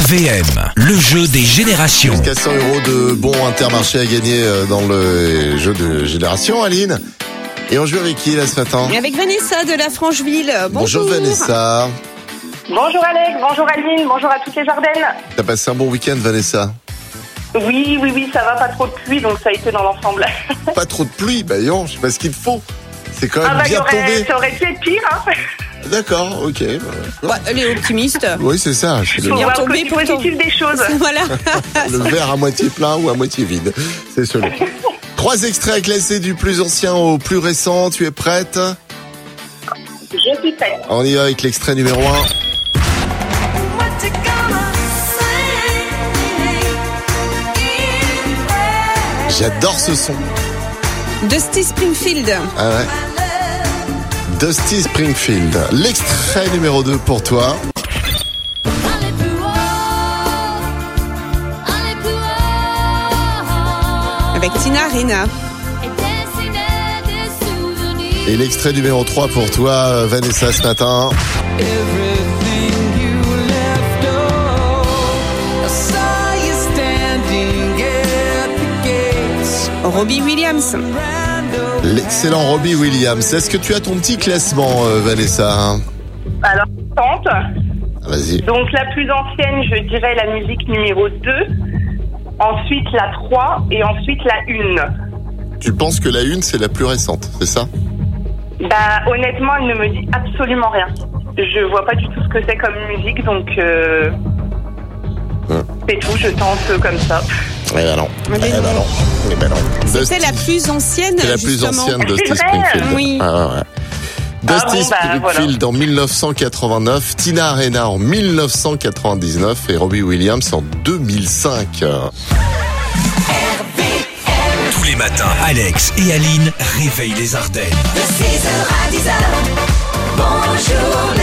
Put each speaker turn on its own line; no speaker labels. RVM, le jeu des générations.
Jusqu'à 100 euros de bons intermarché à gagner euh, dans le jeu de génération, Aline. Et on joue avec qui là ce matin
Et Avec Vanessa de la Francheville. Bonjour,
Vanessa.
Bonjour Alex, bonjour Aline, bonjour à toutes les Ardennes.
T'as passé un bon week-end, Vanessa
Oui, oui, oui, ça va, pas trop de pluie, donc ça a été dans l'ensemble.
Pas trop de pluie, bah non, je sais pas ce qu'il te faut. C'est quand même
Ah bah, il y
bien
aurait,
tombé.
ça aurait pu être pire, hein.
D'accord, ok. bah,
Ouais, elle est optimiste.
Oui, c'est ça. je suis
Faut
Le,
Bien
voir
tombé
le côté
pourtant.
positif des choses.
voilà.
le verre à moitié plein ou à moitié vide. C'est selon. Trois extraits à classer du plus ancien au plus récent. Tu es prête
Je suis prête.
On y va avec l'extrait numéro 1. J'adore ce son.
Dusty Springfield.
Ah ouais. Dusty Springfield. L'extrait numéro 2 pour toi.
Avec Tina Arena.
Et l'extrait numéro 3 pour toi, euh, Vanessa, ce matin.
Robbie Williams.
L'excellent Robbie Williams. Est-ce que tu as ton petit classement, euh, Vanessa
Alors, tente.
Vas-y.
Donc la plus ancienne, je dirais la musique numéro 2. Ensuite la 3 et ensuite la 1.
Tu penses que la une, c'est la plus récente, c'est ça
Bah honnêtement, elle ne me dit absolument rien. Je vois pas du tout ce que c'est comme musique, donc euh,
Ouais.
c'est tout, je tente comme ça.
Eh ben non. Eh
Oui.
ben non. Eh ben non.
Ah, C'était
Dusty-
la plus ancienne.
c'est la plus
justement.
ancienne Dusty
C'est vrai
Springfield.
Oui.
Ah, ouais.
Ah
Dusty
bon, bah,
Springfield en 1989, Tina Arena en 1999 et Robbie Williams en 2005. Euh,
Tous les matins, Alex et Aline réveillent les Ardennes.
De 6h à 10h, bonjour